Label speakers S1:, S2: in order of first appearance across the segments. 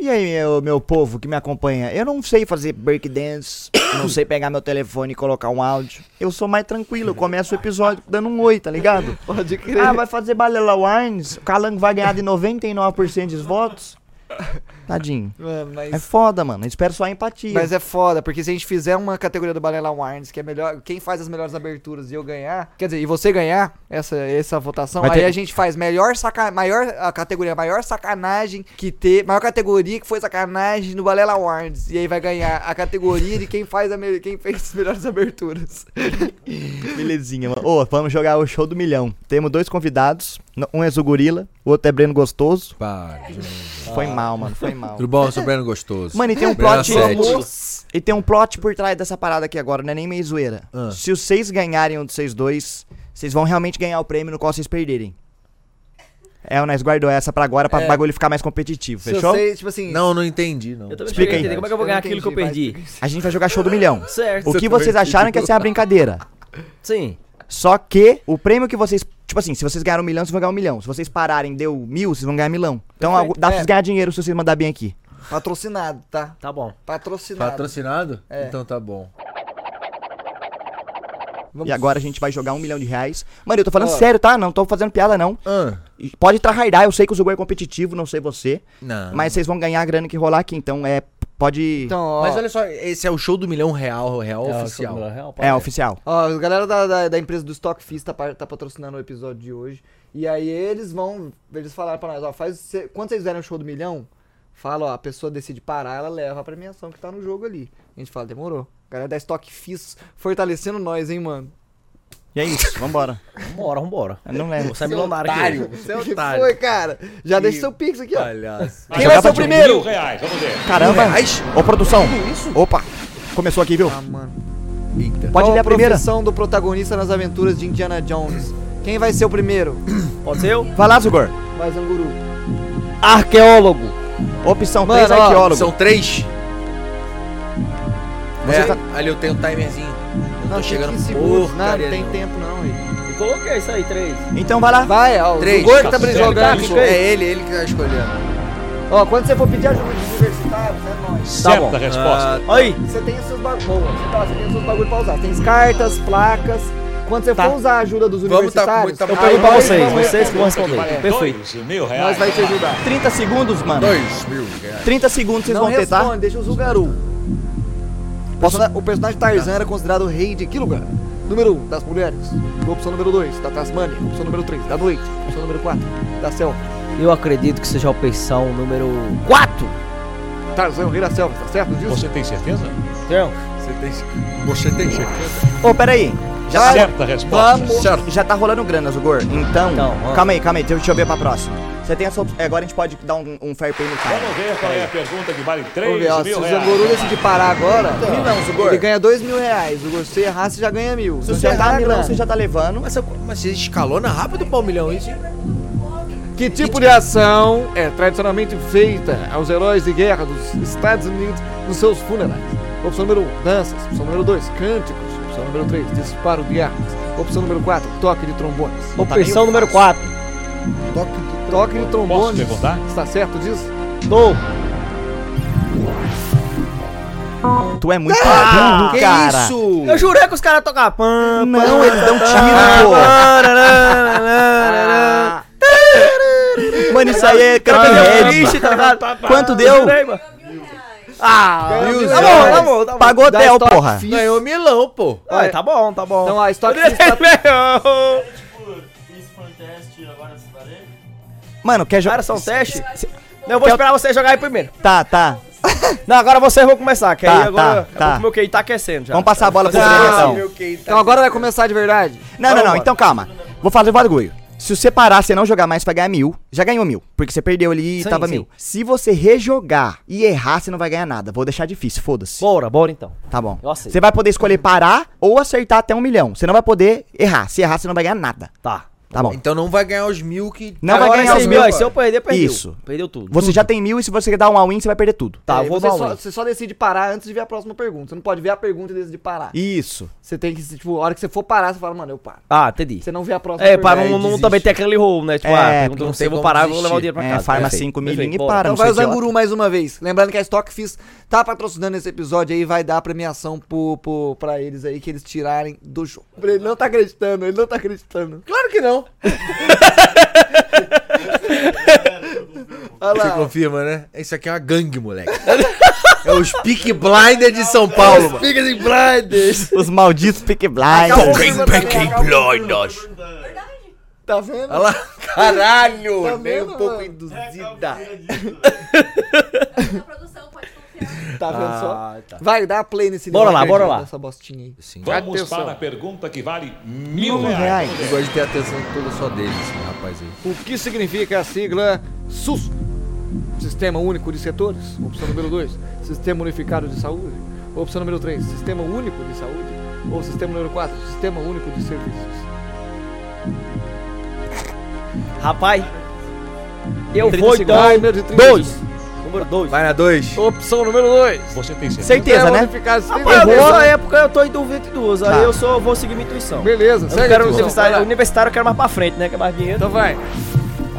S1: E aí, meu, meu povo que me acompanha? Eu não sei fazer breakdance, não sei pegar meu telefone e colocar um áudio. Eu sou mais tranquilo, eu começo o episódio dando um oi, tá ligado?
S2: Pode crer.
S1: Ah, vai fazer Balela Wines? O Calango vai ganhar de 99% dos votos? Tadinho.
S2: Mano, mas...
S1: É foda, mano. Eu espero só a empatia.
S2: Mas é foda, porque se a gente fizer uma categoria do Balela Warns, que é melhor. Quem faz as melhores aberturas e eu ganhar. Quer dizer, e você ganhar essa, essa votação,
S1: Vai
S2: aí
S1: ter-
S2: a gente faz melhor saca... maior a categoria, maior sacanagem que ter. Maior categoria que foi sacanagem no Balela Warns. E aí vai ganhar a categoria de quem faz a me- quem fez as melhores aberturas.
S1: Belezinha, mano. Ô, vamos jogar o show do milhão. Temos dois convidados. N- Um é Zugurila, o outro é Breno Gostoso.
S3: Pá,
S1: Foi mal, mano. Foi mal.
S3: tudo bom? Eu sou o Breno Gostoso.
S1: Mano, e tem um
S3: Breno
S1: plot.
S3: Sete.
S1: E tem um plot por trás dessa parada aqui agora, não é nem meio zoeira.
S3: Ah.
S1: Se os seis ganharem um dos seis dois, vocês vão realmente ganhar o prêmio no qual vocês perderem. É, o Nós guardou essa pra agora, pra
S4: É.
S1: bagulho ficar mais competitivo,
S2: Se eu
S1: fechou?
S2: sei, tipo assim.
S3: Não, não entendi, não.
S4: Eu também
S1: Explica
S4: Explica
S1: aí.
S4: aí. Como é que eu vou
S2: Eu
S4: ganhar
S2: não
S4: aquilo que eu
S2: entendi, assim.
S4: perdi?
S1: A gente vai jogar show do milhão.
S4: Certo. tá
S1: O que vocês acharam que ia ser uma brincadeira.
S4: Sim.
S1: Só que o prêmio que vocês. Tipo assim, se vocês ganharam um milhão, vocês vão ganhar um milhão. Se vocês pararem, deu mil, vocês vão ganhar milão. Então algo- dá pra vocês
S2: É.
S1: ganhar dinheiro se vocês mandar bem aqui.
S2: Patrocinado, tá?
S4: Tá bom.
S2: Patrocinado.
S3: Patrocinado?
S2: É.
S3: Então tá bom.
S1: E agora a gente vai jogar um milhão de reais. Mano, eu tô falando
S2: Ó.
S1: sério, tá? Não tô fazendo piada, não.
S3: Ah,
S1: E Pode trahardar, eu sei que o jogo é competitivo, não sei você.
S3: Ah, não.
S1: Mas vocês vão ganhar a grana que rolar aqui, então é. Pode.
S2: Então, ó.
S3: Mas olha só, esse é o show do milhão real, real oficial.
S1: é oficial.
S2: Ó, a galera da, da, da empresa do Stockfish tá, par- tá patrocinando o episódio de hoje. E aí eles vão. Eles falaram pra nós, ó, faz. cê- quando vocês verem o show do milhão, fala, ó, a pessoa decide parar, ela leva a premiação que tá no jogo ali. A gente fala, demorou. A galera da Stockfish fortalecendo nós, hein, mano.
S1: E é isso, vambora.
S4: Vambora, vambora.
S1: Eu não
S4: Vou
S1: lembro.
S4: sair milionário aqui.
S2: Você o que foi, cara? Já deixa seu pix aqui, ó.
S3: Palhaço.
S2: Quem vai ser o primeiro?
S5: reais, vamos ver.
S1: Caramba! Ô, produção! Opa! Começou aqui, viu?
S2: Ah, mano.
S3: Eita.
S1: Pode
S2: Qual
S1: ler a primeira.
S2: profissão do protagonista nas aventuras de Indiana Jones? Quem vai ser o primeiro?
S4: Pode ser eu?
S1: Vai lá, Zugor.
S2: Vai, Zanguru.
S4: Arqueólogo.
S1: Opção
S2: Mano,
S1: 3,
S2: ó,
S1: arqueólogo.
S3: São três?
S1: Você
S3: É,
S1: tá-
S3: ali eu tenho um timerzinho. Não, tô
S2: tem
S3: chegando
S2: 15 segundos. Não, não
S3: porcaria.
S2: tem tempo não, hein?
S4: Eu coloquei isso aí, três.
S1: Então vai lá.
S2: Vai, ó.
S3: Três.
S2: O Gordo que tá
S5: Tá
S2: jogando.
S4: certo.
S3: nenhuma. É ele, ele que tá escolhendo.
S2: Ó, quando você for pedir ajuda dos universitários, é nóis.
S4: Tá
S5: Certa
S4: bom.
S5: a resposta.
S4: Aí.
S2: Você tem os seus bagulhos. Você, tá, você tem os seus bagulhos pra usar. Tem as cartas, placas. Quando você for usar a ajuda dos
S3: Vamos tá com
S2: universitários,
S3: muita-
S4: Eu
S3: Aí
S4: pergunto pra
S2: nós
S4: vocês,
S2: vamos
S4: vocês que vão responder.
S2: É,
S5: Vale
S4: Perfeito.
S5: dois mil reais.
S2: Nós vai te ajudar.
S1: 30 segundos, mano.
S3: Dois mil reais.
S1: 30 segundos vocês
S2: não
S1: vão
S2: responde,
S1: tentar.
S2: deixa o Zugaru.
S1: Posso-
S2: O personagem Tarzan era considerado o rei de que lugar? Número 1, um, das mulheres. Opção número 2, da Tasmânia. Opção número 3, da noite. Opção número 4, da selva.
S4: Eu acredito que seja a opção número 4.
S2: Tarzan, o rei da selva, tá certo disso?
S5: Você tem certeza?
S4: Tá
S3: Você tem, você tem certeza?
S1: Ô, peraí. Já, tá-
S5: Certa a resposta.
S3: Certo.
S1: já tá rolando grana, Zugor. Então.
S4: Então, ó.
S1: calma aí, calma aí. Deixa eu ver pra próxima. Você tem essa opção. Agora a gente pode dar um, um fair play no cara.
S5: Vamos ver qual é a pergunta que vale
S2: Vamos ver, ó,
S5: 3
S2: se
S5: mil
S2: o
S5: reais.
S2: Zanguru decidir parar agora,
S3: Milão, Zugor.
S2: ele ganha 2 mil reais. O você errar, você já ganha mil.
S1: Se você tá
S2: errar,
S1: milão,
S2: grana.
S1: você já tá levando.
S3: Mas, eu- mas você escalona rápido pra um milhão, isso?
S2: Que tipo de ação é tradicionalmente feita aos heróis de guerra dos Estados Unidos nos seus funerais? Opção número 1, um, danças. Opção número 2, cânticos. Opção número 3, disparo de armas. Opção número 4, toque de trombones. Tá
S4: Opção número 4.
S2: Toque de
S5: Posso
S2: trombones.
S5: perguntar?
S2: Está certo disso?
S4: Tô.
S1: Tu é muito burro,
S3: que
S1: cara.
S3: isso?
S4: Eu jurei que os caras tocavam. Pam,
S1: Não, eles dão
S4: pam,
S1: tiro,
S4: tarará, tarará.
S1: pô. Mano, isso aí é
S4: Cara, deu
S1: Cuphead.
S4: triste, tá ligado?
S1: Quanto deu?
S4: Jurei, mano. Ah,
S2: Ganhou mil
S4: tá bom,
S2: reais.
S4: tá bom, tá bom.
S1: Pagou
S2: Da
S1: hotel,
S2: Stock
S1: porra.
S2: Fish.
S3: Ganhou milão, pô.
S4: Ah, tá bom, tá bom.
S2: Então a Stock Fish tá...
S1: Mano, quer jogar?
S4: Cara, são teste? Não, eu vou esperar vocês jogarem primeiro.
S1: Tá, tá.
S4: Não, agora vocês vão começar, que
S1: Tá,
S4: aí agora
S1: tá,
S4: é
S1: tá.
S4: porque o meu QI tá aquecendo já.
S1: Vamos passar a bola pro
S2: Não.
S1: Breno, então.
S3: Meu que
S2: Então agora vai começar de verdade.
S1: Não, não, não.
S4: Vambora.
S1: Então calma. Vou fazer o bagulho. Se você parar, você não jogar mais, você vai ganhar mil. Já ganhou mil, porque você perdeu ali e
S4: Sim,
S1: tava
S4: sim.
S1: mil. Se você rejogar e errar, você não vai ganhar nada. Vou deixar difícil, foda-se.
S4: Bora, bora então.
S1: Tá bom.
S4: Eu aceito.
S1: Você vai poder escolher parar ou acertar até um milhão. Você não vai poder errar. Se errar, você não vai ganhar nada.
S4: Tá.
S1: Tá bom.
S3: Então não vai ganhar os mil que. é
S1: Não vai
S4: Agora
S1: ganhar
S4: esses
S1: os
S4: mil,
S1: mil,
S4: aí, se eu perder, perdeu.
S1: Isso.
S4: Perdeu tudo.
S1: Você já tem mil e se você dar um all-in, você vai perder tudo.
S4: Tá,
S2: Tá,
S4: eu vou
S2: você,
S4: dar um
S2: só,
S4: all-in.
S2: você só decide parar antes de ver a próxima pergunta. Você não pode ver a pergunta e decidir parar.
S1: Isso.
S2: Você tem que, tipo, a hora que você for parar, você fala, mano, eu paro.
S4: Ah, entendi.
S2: Você não vê a próxima
S4: É, para
S2: pergunta.
S4: não, não
S3: desiste.
S4: também tem aquele rol, né? Tipo,
S1: É,
S4: ah,
S1: porque
S4: pergunta
S3: não tem
S4: não sei, eu vou
S3: como
S4: parar, eu vou
S3: desistir.
S4: levar o dinheiro pra
S1: É,
S4: casa.
S1: farma
S4: Perfeito,
S1: 5
S4: perfeito,
S1: milhinho e
S4: bora.
S1: para.
S2: Então
S1: não
S2: vai
S1: sei
S2: usar
S1: o que lá.
S2: Guru mais uma vez. Lembrando que a Stockfish tá patrocinando esse episódio aí, vai dar a premiação pro, pro, pra eles aí que eles tirarem do jogo. Ele não tá acreditando, ele não tá acreditando.
S3: Claro que não.
S2: Olha
S3: Você
S2: lá.
S3: confirma, né? Isso aqui é uma gangue, moleque. é os Peak Blinders de São Paulo, mano. Tá
S2: Fica em blinders.
S1: Os malditos Pick
S2: Acabou.
S1: Blind.
S3: Blinders.
S2: Tá vendo?
S3: Olha lá. Caralho.
S2: Tá
S3: nem
S2: vendo,
S3: um pouco
S2: mano?
S3: induzida.
S6: A produção pode confiar.
S2: Tá vendo
S4: Ah,
S2: só?
S4: tá.
S2: Vai dar play nesse
S4: Bora lá,
S2: acredito,
S4: bora lá.
S2: Essa bostinha aí.
S3: Sim.
S5: Vamos
S2: Atenção.
S5: para a pergunta que vale mil,
S1: Mil
S5: reais.
S1: reais.
S5: Vamos
S3: Eu
S5: ver.
S3: gosto de ter a atenção toda só dele, esse rapaz aí.
S2: O que significa a sigla SUS? Sistema Único de Setores, opção número 2. Sistema Unificado de Saúde, opção número 3. Sistema Único de Saúde, ou sistema número 4. Sistema Único de Serviços.
S4: Rapaz, eu
S2: 30
S4: vou
S2: segundos.
S4: então.
S2: Ai, meu Deus, 30
S4: dois.
S2: segundos.
S4: Número dois.
S3: Vai na 2.
S2: Opção número 2.
S5: Você tem certeza?
S1: Certeza, né?
S2: Unificado de
S4: Rapaz,
S2: Saúde.
S4: nessa época Ah, eu tô em dúvida entre duas.
S1: Tá.
S4: Aí eu só vou seguir minha intuição.
S2: Beleza,
S4: Eu
S2: segue
S4: quero
S2: a discussão, vai
S4: universitário,
S2: lá.
S4: universitário eu quero mais pra frente, né? Que é mais dinheiro.
S2: Então vai.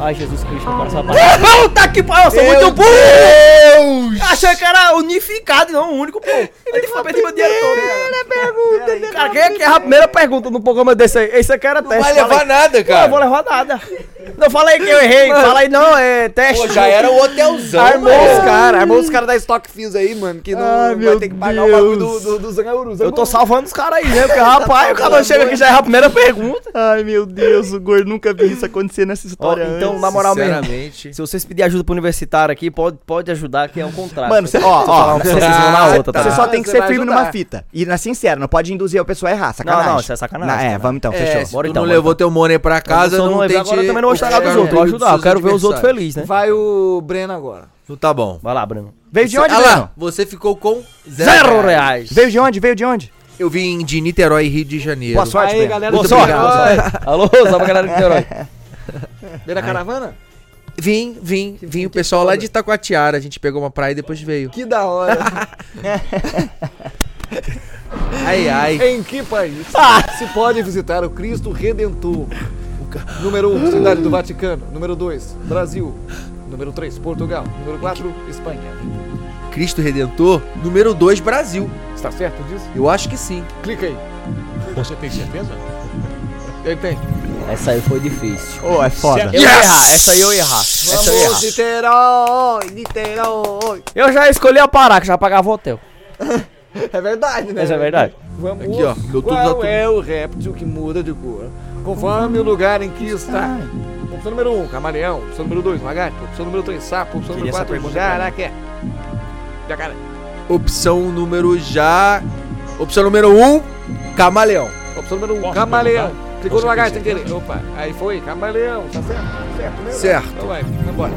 S4: Ai, Jesus Cristo, eu quero essa parte. Puta que pariu, eu sou
S2: Meu
S4: muito burro! Achei que era unificado, não, o único, pô. Ele foi perder meu dinheiro todo. pergunta, Cara, quem é que erra a primeira pergunta no programa desse aí? Esse aqui era teste.
S3: Vai levar nada,
S4: Não, eu vou
S3: cara.
S4: levar nada. Não falei que eu errei, fala aí, não, é teste.
S3: Pô, já era o hotelzão,
S2: Armou
S3: mano.
S2: os caras, armou os caras da Stock Fizz aí, mano, que não
S1: Ai,
S2: vai
S1: meu
S2: ter que pagar o bagulho do,
S1: Deus.
S2: do, dos Zangaurus.
S4: Ah, Eu tô salvando os caras aí, né? Porque, rapaz, o cara chega aqui e já erra a primeira pergunta.
S1: Ai, meu Deus, o Gordo nunca vi isso acontecer nessa
S4: Ó,
S1: história.
S4: então,
S1: antes.
S4: na moral mesmo.
S3: Sinceramente.
S4: Se vocês pedirem ajuda pro universitário aqui, pode, pode ajudar, que é um contrato.
S1: Mano, você, ó, ó,
S4: Vocês vão na outra, tá?
S1: você só tem que
S2: Você
S1: ser
S2: vai
S1: firme
S2: ajudar.
S1: numa fita. E na sincera, não pode induzir a pessoa a errar, sacanagem.
S4: não, isso é sacanagem,
S1: Na- é, vamos então,
S3: É,
S1: fechou.
S3: se
S4: Bora
S3: tu
S4: então,
S3: não
S4: bora
S3: levou teu money pra casa,
S4: Eu
S3: não,
S4: lembro
S3: tem
S4: agora, eu
S3: te-
S4: também não vou estragar dos
S3: ficar no
S4: outros, vou
S3: meio dos
S4: ajudar, eu
S3: seus
S4: quero ver os outros
S3: adversários.
S4: felizes, né?
S2: Vai o Breno agora.
S3: Não tá bom.
S4: Vai lá, Bruno.
S1: Veio de onde,
S3: Ah
S1: Breno?
S3: lá, você ficou com zero,
S4: Zero
S3: reais.
S4: reais.
S1: Veio de onde? Veio de onde?
S3: Eu vim de Niterói, Rio de Janeiro.
S1: Boa sorte,
S2: Aí,
S1: Breno.
S2: galera
S4: Boa
S2: do
S4: sorte.
S2: Niterói.
S4: Alô, salve pra galera do Niterói.
S2: Vem da caravana?
S3: Vim, vim, vim. O pessoal lá de Itacoatiara, a gente pegou uma praia e depois veio.
S2: Que da hora.
S3: Ai, ai.
S2: em que país
S4: Ah.
S2: se pode visitar o Cristo Redentor? Número 1, um, Cidade do Vaticano. Número 2, Brasil. Número 3, Portugal. Número 4, Espanha.
S3: Cristo Redentor, número 2, Brasil.
S2: Está certo disso?
S3: Eu acho que sim.
S2: Clica aí.
S5: Você tem certeza?
S2: Ele tem.
S4: Essa aí foi difícil.
S1: Ô, é foda.
S5: Certo.
S4: Eu ia errar, essa aí eu ia errar. Essa eu ia errar.
S2: Niterói, Niterói.
S4: Eu já escolhi a Pará, que já pagava o hotel.
S2: É verdade, né?
S4: Essa é verdade.
S2: Vamos.
S3: Aqui, ó, meu tubo na
S2: Qual
S3: tubo.
S2: é o réptil que muda de cor? Conforme o lugar em que está. Opção número 1, um, camaleão. Opção número 2, lagarto. Opção número 3, sapo. Opção
S4: Queria
S2: número
S4: essa
S2: 4,
S4: pergunta
S2: jaraqué. Jacaré.
S3: Opção número já. Opção número 1, um, camaleão.
S2: Opção número 1, um,
S5: Posso
S2: camaleão.
S5: perguntar?
S2: Clicou
S5: Você
S2: no lagarto sem
S5: tem
S2: querer. Opa, aí foi, camaleão. Tá certo? Certo, né?
S3: Certo.
S2: Então vai, vambora.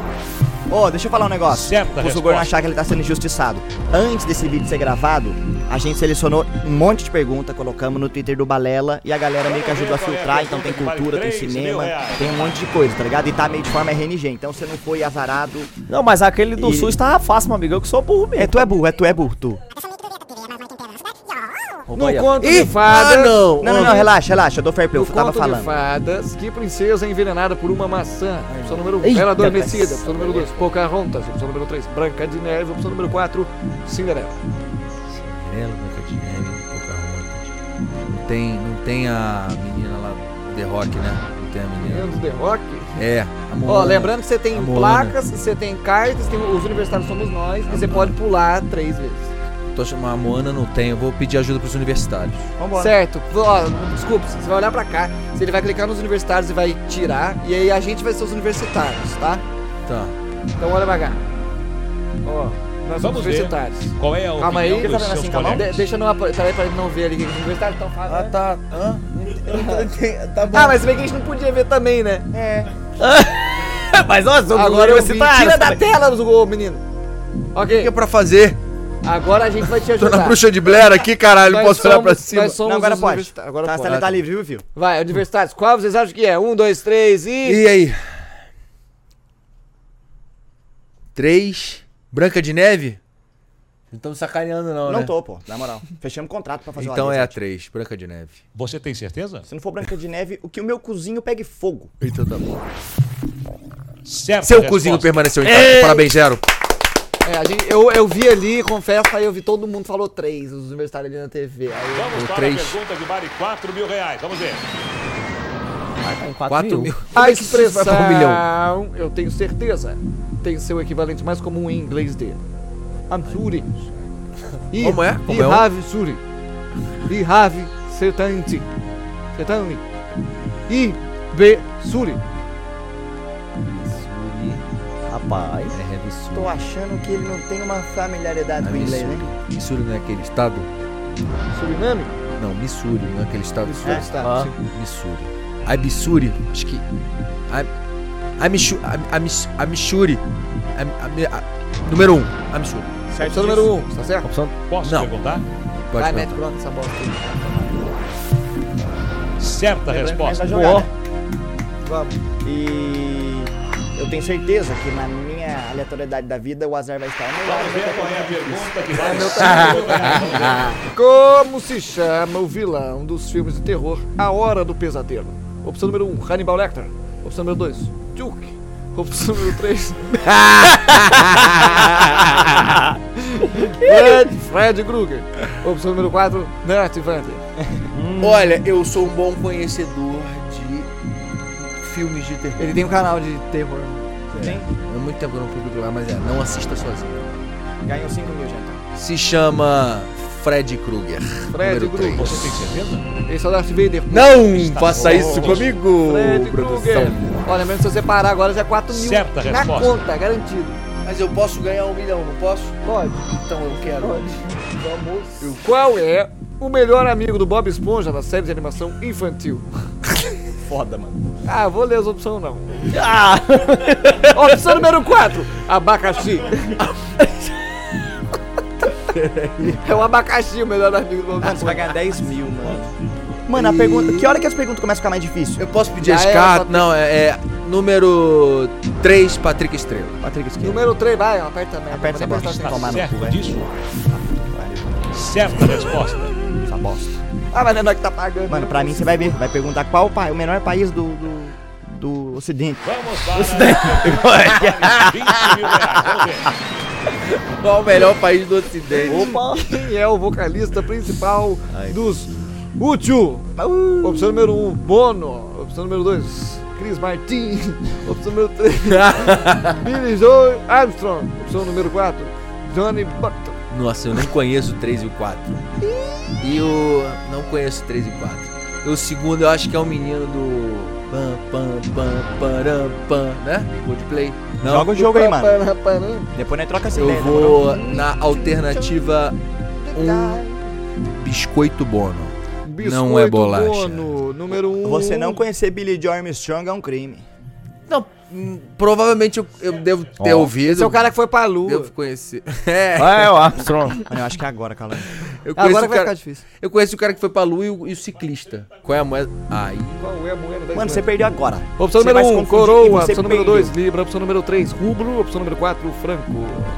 S1: Ô, deixa eu falar um negócio.
S5: Certa
S1: Pro
S5: resposta.
S1: Suborno achar que ele tá sendo injustiçado. Antes desse vídeo ser gravado, a gente selecionou um monte de pergunta, colocamos no Twitter do Balela e a galera meio que ajudou a filtrar, então tem cultura, tem cinema, tem um monte de coisa, tá ligado? E tá meio de forma RNG, então você não foi azarado.
S4: Não, mas aquele do
S1: E-
S4: SUS tava fácil, meu amigo. Eu que sou burro
S1: É,
S4: mesmo.
S1: tu é burro, é tu é burro, tu.
S4: Opa, aí,
S2: No
S4: ó.
S2: conto
S3: Ih,
S2: de fadas.
S3: ah, não.
S1: Não, não, não, relaxa, relaxa, eu dou fair play,
S2: No
S1: eu tava
S2: conto de
S1: falando.
S2: fadas, que princesa é envenenada por uma maçã? Opção número 1, um,
S4: Eita,
S2: Bela Adormecida.
S4: cara.
S2: Opção número 2, Pocahontas. Opção número 3, Branca de Neve. Opção número 4, Cinderela.
S3: Cinderela, Branca de Neve, Pocahontas. tá Não tem, não tem a menina lá, The Rock, né? Não tem a menina.
S2: Menos The Rock.
S3: É, a
S2: Ó,
S3: Moana.
S2: lembrando que você tem
S3: Amor,
S2: placas, você tem cartas, tem os universitários somos nós, e você pode pular três vezes.
S3: Tô chamando a Moana, não tem. Eu vou pedir ajuda pros universitários.
S1: Vambora.
S2: Certo. Ó, desculpa, você vai olhar pra cá, você ele vai clicar nos universitários e vai tirar, e aí a gente vai ser os universitários, tá?
S3: Tá.
S2: Então olha pra cá. Ó, nós somos
S5: Vamos ver.
S2: universitários.
S5: Qual é a
S2: Calma aí,
S5: opinião
S2: tá
S5: dos
S2: vendo
S5: seus
S2: assim, calma. De,
S5: colegas?
S2: deixa não aparecer, peraí pra ele não ver ali que é universitário, então fala. né?
S3: tá. Hã? tá bom.
S2: Ah, mas se bem que a gente não podia ver também, né?
S4: mas ó, sou
S2: Agora eu vi.
S4: universitário.
S2: Tira da tela, ô menino. Ok.
S3: O que é pra fazer?
S2: Agora a gente vai te
S3: Tô na
S2: ajudar.
S3: bruxa de Blair aqui, caralho.
S2: Nós
S3: Posso olhar
S2: somos-
S3: pra cima?
S2: Nós somos
S1: Não, agora
S2: os
S1: pode.
S2: universitários. Agora
S1: tá,
S2: pode.
S1: a tela tá livre, viu, viu?
S2: Vai, universitários, qual vocês acham que é? Um, dois, três e.
S3: aí? Três. Branca de Neve? Não estamos sacaneando, não,
S1: Não
S3: né?
S1: tô, pô, na moral. Fechamos contrato pra fazer
S3: Então
S1: uma
S3: é a
S1: lista.
S3: três, Branca de Neve.
S5: Você tem certeza?
S1: Se não for Branca de Neve, o que o meu cozinho pegue fogo.
S3: Então tá bom.
S5: Certo.
S3: Seu
S5: resposta.
S3: cozinho permaneceu intacto. Parabéns, zero.
S2: É, a gente, eu, eu vi ali, confesso, aí eu vi todo mundo falou três, os universitários ali na TV. Aí eu-
S5: Vamos
S3: O
S5: para
S3: três.
S5: a pergunta que vale 4 mil reais. Vamos ver.
S3: Quatro mil.
S2: a
S3: que isso vai pra um
S2: expressão, eu tenho certeza, tem seu equivalente mais comum em inglês de. I'm sorry. E,
S3: Como é? Como
S2: e
S3: é o-
S2: have sorry. E have certainty. Certainty. E be sorry.
S1: Rapaz.
S3: É, isso.
S1: Tô achando que ele não tem uma familiaridade com o inglês, né?
S3: Missouri. Missouri não é aquele estado?
S2: Suriname?
S3: Não, Missouri não é Ah. aquele estado.
S2: Missouri está. sim.
S3: Missouri. A Missouri, acho que. A, a, Michu, a, a, Miss- a Missouri. A, a, Mi- a- número um, a Missouri.
S2: Opção número um, tá certo?
S5: Posso
S3: Não.
S5: perguntar?
S3: Pode
S2: Vai,
S3: perguntar.
S2: mete pronto essa bosta aí.
S5: Certa resposta.
S1: Vai jogar, né?
S2: Vamos.
S1: E eu tenho certeza que na minha aleatoriedade da vida o azar vai estar ao meu lado.
S5: Vamos ver qual é a pergunta que vale
S2: meu
S5: 5 mil reais. Vamos ver.
S2: Como se chama o vilão dos filmes de terror A Hora do Pesadelo? Opção número 1, um, Hannibal Lecter. Opção número 2, Duke. Opção número 3, Fred, Fred Krueger. Opção número 4, Nat Vander.
S3: Hum. Olha, eu sou um bom conhecedor de filmes de terror.
S2: Ele tem um canal de terror.
S3: É muito tempo que eu não publico lá, mas é, não assista sozinho.
S1: Ganhou 5 mil, gente.
S3: Se chama Fred Krueger.
S2: Fred
S3: número três.
S2: Krueger.
S5: Você tem certeza?
S2: Esse é o Darth Vader.
S3: Não faça isso comigo,
S2: Fred Krueger.
S3: produção.
S2: Olha, lembrando que se você parar agora já é 4 mil
S5: Certa
S2: na
S5: resposta.
S2: conta, garantido.
S3: Mas eu posso ganhar um milhão, não posso?
S2: Pode.
S3: Então eu quero.
S2: Vamos. Qual é o melhor amigo do Bob Esponja da série de animação infantil?
S1: Foda, mano.
S2: Ah, vou ler as opções não.
S1: Ah!
S2: Opção número 4, abacaxi. É o abacaxi o melhor amigo do Bob
S1: Ah, você vai
S2: Esponja.
S1: ganhar 10 mil, mano. Mano, a pergunta. Que hora que as perguntas começam a ficar mais difícil?
S3: Eu posso pedir
S2: Já
S3: as
S2: era,
S3: cartas?
S2: Patrick.
S3: Não, é, é número 3, Patrick Estrela.
S1: Patrick Esquerda.
S2: Número 3, vai, aperta mesmo.
S1: Aperta essa bosta. Tomar no cu,
S5: Tá Certo
S1: velho.
S5: disso? Certa resposta.
S1: Essa bosta.
S2: Ah, mas não é nós que tá pagando.
S1: Mano, pra mim você vai ver. Vai perguntar qual o, pa- o menor país do, do, do Ocidente.
S5: Vamos para a pergunta que vale 20 mil reais. Vamos ver.
S3: Qual o melhor país do ocidente?
S2: Opa, quem é o vocalista principal dos Uchu?
S1: Uh!
S2: Opção número 1, um, Bono. Opção número 2, Chris Martin. Opção número 3, Billy Joe Armstrong. Opção número 4, Johnny Button.
S3: Nossa, eu não conheço o 3 e o 4. E o... Não conheço o 3 e o 4. E o segundo eu acho que é o menino do... Pam, pam, pam, param, pam, né? Coldplay. Não,
S1: Joga o jogo aí, mano.
S2: mano.
S1: Depois nós troca essa
S3: eu
S1: ideia. né, na moral.
S3: vou na alternativa 1, Biscoito Bono. Não é bolacha.
S2: Bono, número 1. Um.
S1: Você não conhecer Billy Joe Armstrong é um crime.
S3: Não, hum, provavelmente eu, eu devo ter ouvido.
S2: Esse é o cara que foi pra lua.
S3: Devo conhecer. É,
S4: Vai, o Armstrong.
S1: Mano, eu acho que é agora, calma.
S3: eu conheço
S2: Agora
S3: o
S2: vai
S3: cara...
S2: ficar difícil.
S3: Eu conheço o cara que foi pra lua e o, e o ciclista. Qual é a moeda? Aí.
S2: Qual é a moeda da
S1: Mano, você
S2: Islândia?
S1: perdeu agora.
S2: Opção
S1: Você vai
S2: número
S1: se
S2: 1, um,
S1: confundir e
S2: coroa.
S1: você
S2: Opção número
S1: perdeu.
S2: 2, libra. Opção número 3, rublo. Opção número 4, franco.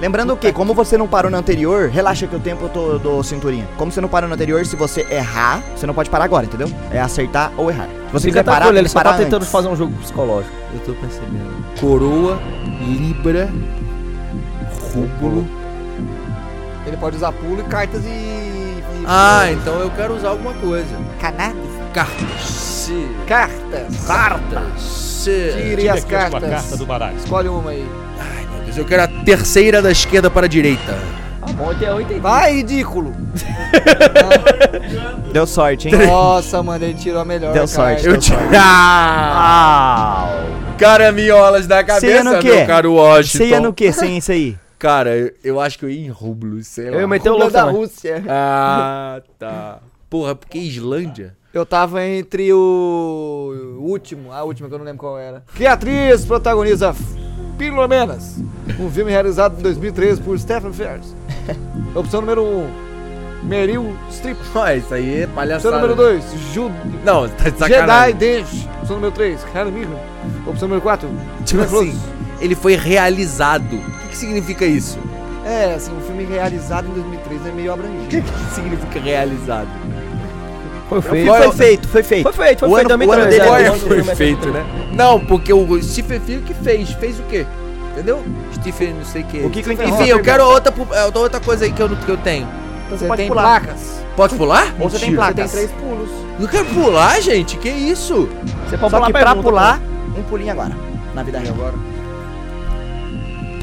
S1: Lembrando que, como você não parou no anterior, relaxa que o tempo eu tô, dou cinturinha. Como você não parou no anterior, se você errar, você não pode parar agora, entendeu? É acertar ou errar. Se você quiser parar, tem
S4: ele
S1: que
S4: só
S1: parar
S4: tá tentando
S1: antes.
S4: fazer um jogo psicológico.
S3: Eu tô percebendo. Coroa, Libra, Rúbulo.
S2: Ele pode usar pulo e cartas e. e-
S3: Ah, então eu quero usar alguma coisa.
S4: um
S2: Cannabis.
S3: Cartas. Se-
S2: Cartas.
S3: Cartas. Se-
S2: Tire as
S5: Tire aqui a sua
S2: cartas.
S5: carta do baralho.
S2: Escolhe uma aí.
S3: Ai, meu Deus, eu quero a terceira da esquerda para a direita.
S4: Ah, bom, eu tenho- eu entendi.
S2: Vai, ridículo!
S1: Deu sorte, hein? É,
S2: Nossa, mano, ele tirou a melhor.
S1: Deu
S2: cara.
S1: sorte. né?
S3: Eu te. Ah! Caraminholas da
S1: Você ia
S3: cabeça,
S1: no quê?
S3: meu caro Washington.
S1: Você
S4: então.
S1: ia no que sem isso aí?
S3: Cara, eu, eu acho que eu ia em Rúbulo, sei lá.
S4: Eu ia meter o
S2: Cuba
S4: louco
S2: da
S4: também.
S2: Rússia.
S3: Ah, tá. Porra, porque Islândia?
S2: Eu tava entre o. o último, a última que eu não lembro qual era. Que atriz protagoniza F- Pelo menos. Um filme realizado em 2013 por Stephen Fierce. Opção número 1. Um, Meryl Streep.
S3: Ó, isso aí é
S2: Opção
S3: palhaçada.
S2: número 2. Jude
S3: Não, tá de
S2: Jedi
S3: sacanagem.
S2: Dench. Opção número 3. Harry Mirren. Opção número 4.
S3: Tipo assim, ele foi realizado. O que, que significa isso?
S2: É, assim, um filme realizado em 2013 é meio
S3: O que,
S2: abrangente.
S3: que significa realizado?
S4: Foi feito.
S1: Foi feito, foi feito.
S4: Foi feito, foi
S1: O
S4: feito
S1: ano-
S4: também.
S1: o ano
S4: tá-
S1: dele
S4: é,
S1: é
S4: o
S1: bom,
S4: ano do filme é feito.
S3: né? Não, porque o Stephen Fio que fez, fez o quê? Entendeu? Stephen não sei
S1: O que que eu interrompo
S3: Enfim, eu
S1: a
S3: quero outra, pu- é, outra coisa aí que eu, não- que eu tenho.
S2: Então
S1: você pode
S2: tem
S1: pular.
S2: placas.
S3: Pode pular?
S1: Ou você tem
S2: Você tem
S1: placas.
S2: três pulos.
S3: Não quero pular, gente. Que isso?
S4: Você pode
S1: Só
S4: pular
S1: que
S4: a
S1: pra
S4: pergunta,
S1: pular, um pulinho agora. Na vida real.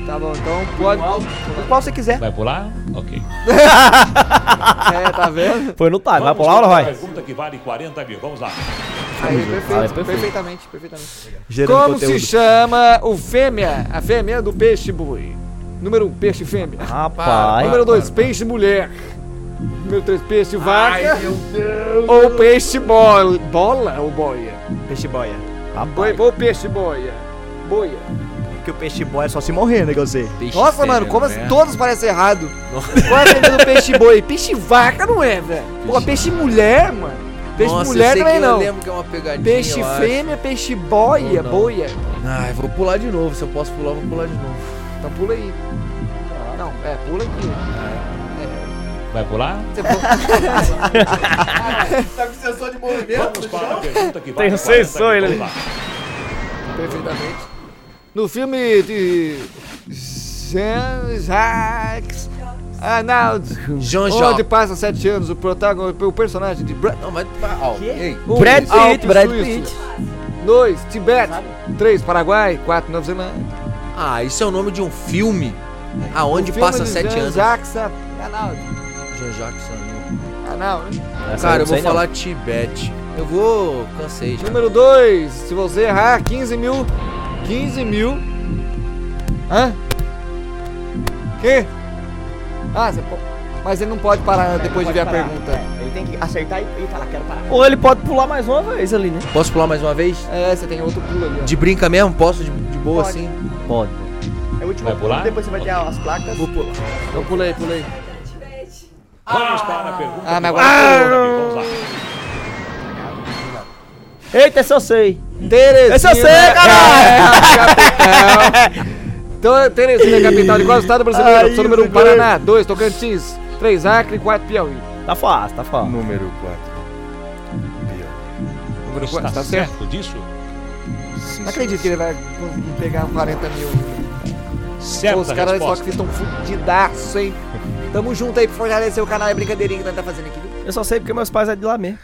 S2: Tá bom, então pode.
S1: O qual você quiser.
S5: Vai pular? Ok.
S2: É, tá vendo?
S4: pô. Foi no time, vai
S5: Vamos
S4: pular ou não
S5: para a
S4: vai?
S5: Pergunta que vale 40 mil. Vamos lá.
S2: Aí,
S4: Ah, é
S2: perfeito,
S4: perfeito.
S2: perfeitamente, perfeitamente. Como se chama o fêmea? A fêmea do peixe boi. Número 1, um, peixe fêmea.
S4: Rapaz.
S2: Número 2, peixe mulher. Número 3, peixe vaca. Ou peixe bol bola ou boia?
S1: Peixe é. boia.
S2: Boi, ou peixe boia. Boia.
S1: Porque o peixe boia é só se morrer, né, que eu sei.
S2: Nossa, mano, como
S3: né?
S2: assim? Todos parecem errado. Qual é a fêmea do peixe boi? Peixe vaca não é, velho. Pô, peixe mulher, mano. Peixe
S3: Nossa, eu
S2: mulher
S3: sei que
S2: também
S3: Eu
S2: não.
S3: lembro que é uma pegadinha.
S2: Peixe
S3: eu acho.
S2: fêmea, peixe boia,
S3: Ou não.
S2: boia.
S3: Ai, vou pular de novo. Se eu posso pular, eu vou pular de novo.
S2: Então pula aí. Não, é, pula aqui.
S5: Vai pular?
S3: Tá com sensor de movimento?
S5: Vamos para a pergunta que vale
S4: Tem um sensor,
S5: 40 mil.
S4: ele-
S5: Vamos lá.
S2: Perfeitamente. No filme de Jean-Jacques Arnaud,
S3: Jean
S2: onde
S3: Jacques.
S2: passa sete anos, o protagonista, o personagem de Brad
S3: Não, mas. tá, Ó, ei.
S2: um,
S4: Brad Pitt,
S2: Alpes
S4: Brad
S2: Suíços. Dois, Tibete. Três, Paraguai. Quatro, Nova Zelândia.
S3: Ah, isso é o nome de um filme? Aonde
S2: O filme
S3: passa
S2: de
S3: sete anos?
S2: Jean-Jacques Arnaud.
S3: Jean-Jacques Arnaud.
S2: Arnaud, né?
S4: Essa
S3: é um Cara, eu
S4: não
S3: vou
S4: sei não.
S3: falar Tibete. Eu vou. Cansei. já.
S2: Número dois, se você errar, 15 mil. 15 mil. Hã? Que? Ah, você pode. Mas ele não pode parar depois de ver a
S1: Pode parar.
S2: pergunta.
S1: É, ele tem que acertar e, e falar, quero parar.
S4: Ou ele pode pular mais uma vez ali, né?
S3: Posso pular mais uma vez?
S2: É, você tem outro pulo ali, ó.
S3: De brinca mesmo? Posso de, de boa assim?
S4: Pode.
S1: É o último
S5: Vai pular?
S1: pulo, depois você vai ter as placas.
S3: Vou pular.
S2: Então pulei, pulei.
S5: Vamos para a pergunta
S2: Ah,
S5: que
S2: mas
S5: vale
S2: agora-
S5: 40 mil. Vamos lá.
S4: Eita, esse eu sei.
S2: Teresina.
S4: Esse é eu sei,
S2: caralho! Teresina, é capital de qual estado brasileiro?
S4: Ai,
S2: Opção número 1, um,
S4: isso, velho.
S2: Paraná. 2, Tocantins. 3, Acre. 4, Piauí.
S4: Tá fácil, tá fácil.
S6: Número 4.
S2: Número
S5: Está
S2: 4, tá certo?
S5: certo disso?
S2: Não acredito que ele vai conseguir pegar 40 mil. Pô,
S5: Certa
S2: os caras da Stock
S5: resposta.
S2: estão fudidaço, hein? Tamo junto aí pra fortalecer o canal, é brincadeirinha que nós tá fazendo aqui, viu?
S4: Eu só sei porque meus pais é de lá mesmo.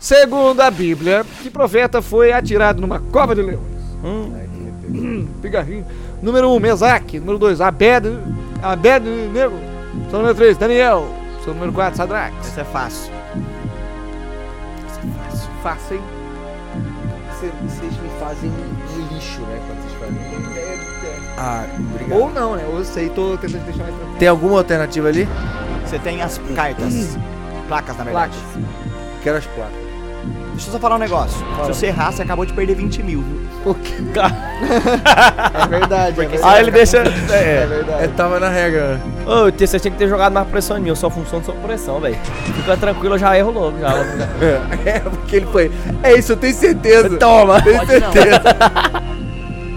S2: Segundo a Bíblia, que profeta foi atirado numa cova de leões? Hum, Pigarrinho. Número 1, um, Mesaque. Número 2, Abed. Abed Negro. Seu número 3, Daniel. Seu número 4, Sadrax.
S1: Isso é fácil.
S2: É Fácil, hein?
S3: Vocês me fazem um lixo, né? Quando vocês fazem. Ah, obrigado.
S2: Ou não, né? Ou eu sei, tô tentando deixar mais tranquilo.
S3: Tem alguma alternativa ali?
S1: Você tem as cartas. Placas, na verdade.
S2: Placas.
S3: Quero as placas.
S1: Deixa eu só falar um negócio. Se você errar, você acabou de perder 20 mil, viu?
S2: É verdade, é verdade.
S4: Aí ele deixa.
S2: É
S4: É.
S2: verdade.
S3: É, tava na regra.
S4: Ô, Tia, você tinha que ter jogado mais pressão em mim. Eu só funciono sob pressão, velho. Fica tranquilo, eu já erro logo. Já.
S3: É, porque ele foi. É isso, eu tenho certeza.
S4: Toma!
S3: tenho certeza.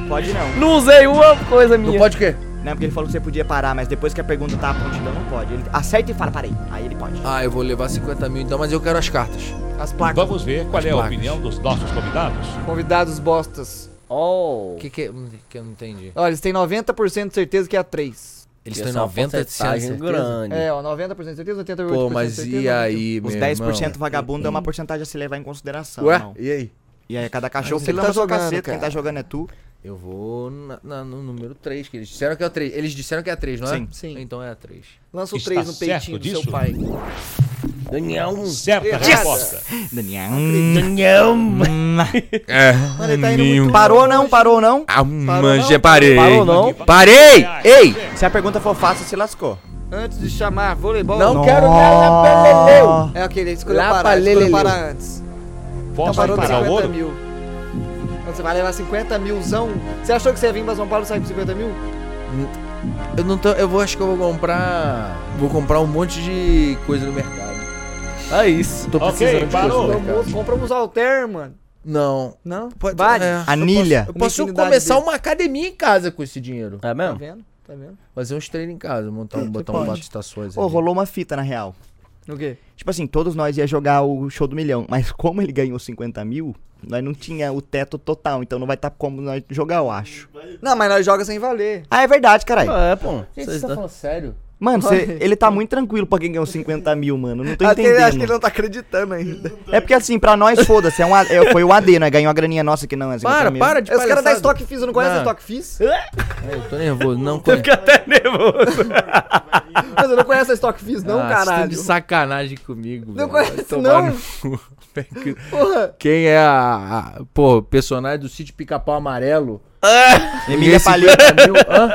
S1: Pode não.
S4: Não usei uma coisa minha.
S3: Não pode o quê?
S1: Não, porque ele falou que você podia parar, mas depois que a pergunta tá apontando, não pode. Ele acerta e fala, parei. Aí ele pode.
S3: Ah, eu vou levar 50 mil então, mas eu quero as cartas.
S2: As placas.
S5: Vamos ver qual é a
S3: placas.
S5: opinião dos nossos convidados.
S2: Convidados bostas.
S4: Oh.
S3: O que que é. que eu não entendi?
S2: Olha, eles têm 90% de certeza que é a 3.
S3: Eles estão
S4: Isso
S3: em
S4: é uma
S3: 90 de
S4: porcentagem
S3: certeza?
S4: grande.
S2: É, ó, 90% de certeza, 88%
S3: Pô,
S2: de
S3: mas
S2: certeza.
S3: e aí, meu
S1: Os 10%
S3: irmão?
S1: vagabundo é uma porcentagem a se levar em consideração.
S3: Ué,
S1: não.
S3: e aí?
S1: E aí cada cachorro
S2: Mas
S1: que
S2: ele tá
S1: lama sua
S2: jogando,
S1: caceta, quem
S2: cara.
S1: tá jogando é tu.
S3: Eu vou na- na- no número 3, que eles disseram que é o 3. Eles disseram que é a 3, não é?
S1: Sim.
S2: Sim.
S3: Então é a 3.
S2: Lança o
S5: Está
S2: 3 no
S5: tá certo
S2: peitinho do
S5: disso?
S2: seu pai.
S4: Daniel.
S2: Hum.
S5: Certa
S2: Errada.
S5: resposta.
S1: Daniel.
S4: Daniel.
S2: Mano, ele tá indo muito
S1: Parou não, parou não.
S6: Ah, manja,
S2: não?
S6: parei.
S4: Parou não?
S6: Parei!
S5: Ei!
S1: Se a pergunta for fácil, se lascou.
S2: Antes de chamar voleibol.
S3: Não
S1: Nossa.
S3: quero nada,
S2: É ok, ele escolheu
S3: Lá
S2: parar,
S3: pra
S2: ele escolheu
S3: Lelele.
S2: parar antes.
S5: Posso
S2: parou de
S5: pegar o
S2: 50
S5: ouro?
S2: mil. Eu Você vai levar 50 milzão? Você achou que você ia vir pra São Paulo e sair com 50 mil?
S3: Eu não tô. Eu vou, acho que eu vou comprar. Vou comprar um monte de coisa no mercado. É isso. Tô
S5: Ok,
S3: precisando de coisa
S5: parou.
S3: no
S2: Então,
S3: mercado.
S2: moço, compra uns halter, mano.
S3: Não.
S2: Não?
S3: Pode,
S2: Vale.
S3: é,
S1: Anilha.
S3: Eu posso, eu posso
S2: Infinidade
S3: começar um-
S2: dele.
S3: uma academia em casa com esse dinheiro.
S4: É
S2: Tá
S4: mesmo?
S2: vendo? Tá vendo?
S3: Fazer uns treinos em casa, montar um, botar um
S1: pode.
S3: bate estações.
S1: Pô, rolou uma fita na real.
S2: O quê?
S1: Tipo assim, todos nós ia jogar o show do milhão, mas como ele ganhou 50 mil, nós não tinha o teto total, então não vai estar como nós jogar, eu acho.
S2: Não, mas nós joga sem valer.
S1: Ah, é verdade, caralho.
S4: É, pô. Vocês dois.
S3: tá falando sério?
S1: Mano, cê- ele tá muito tranquilo pra quem ganhou 50 mil, mano. Não tô
S2: Acho que ele- acho que ele
S1: entendendo.
S2: não tá acreditando ainda.
S1: É porque assim, pra nós, foda-se, é um, A- é- foi o AD, né? Ganhou a graninha nossa que não é 50
S3: Para,
S1: mil.
S3: para de
S2: É os caras da
S3: palhaçada.
S2: Stock Fizz, não conhece a
S3: Não.
S2: Stock Fizz?
S3: É, eu tô nervoso, não
S4: Eu
S3: conheço.
S4: fiquei até nervoso.
S2: Mas eu não conheço a Stock Fizz, não,
S3: Ah, vocês tão
S2: caralho.
S3: de sacanagem comigo,
S2: Não
S3: velho.
S2: conhece,
S3: Vai tomar
S2: não.
S3: no cu.
S2: Porra.
S3: Quem é a, a- Pô, personagem do sítio Pica-Pau Amarelo?
S1: Emília
S3: Esse
S1: Palheta.
S3: 50 mil, hã?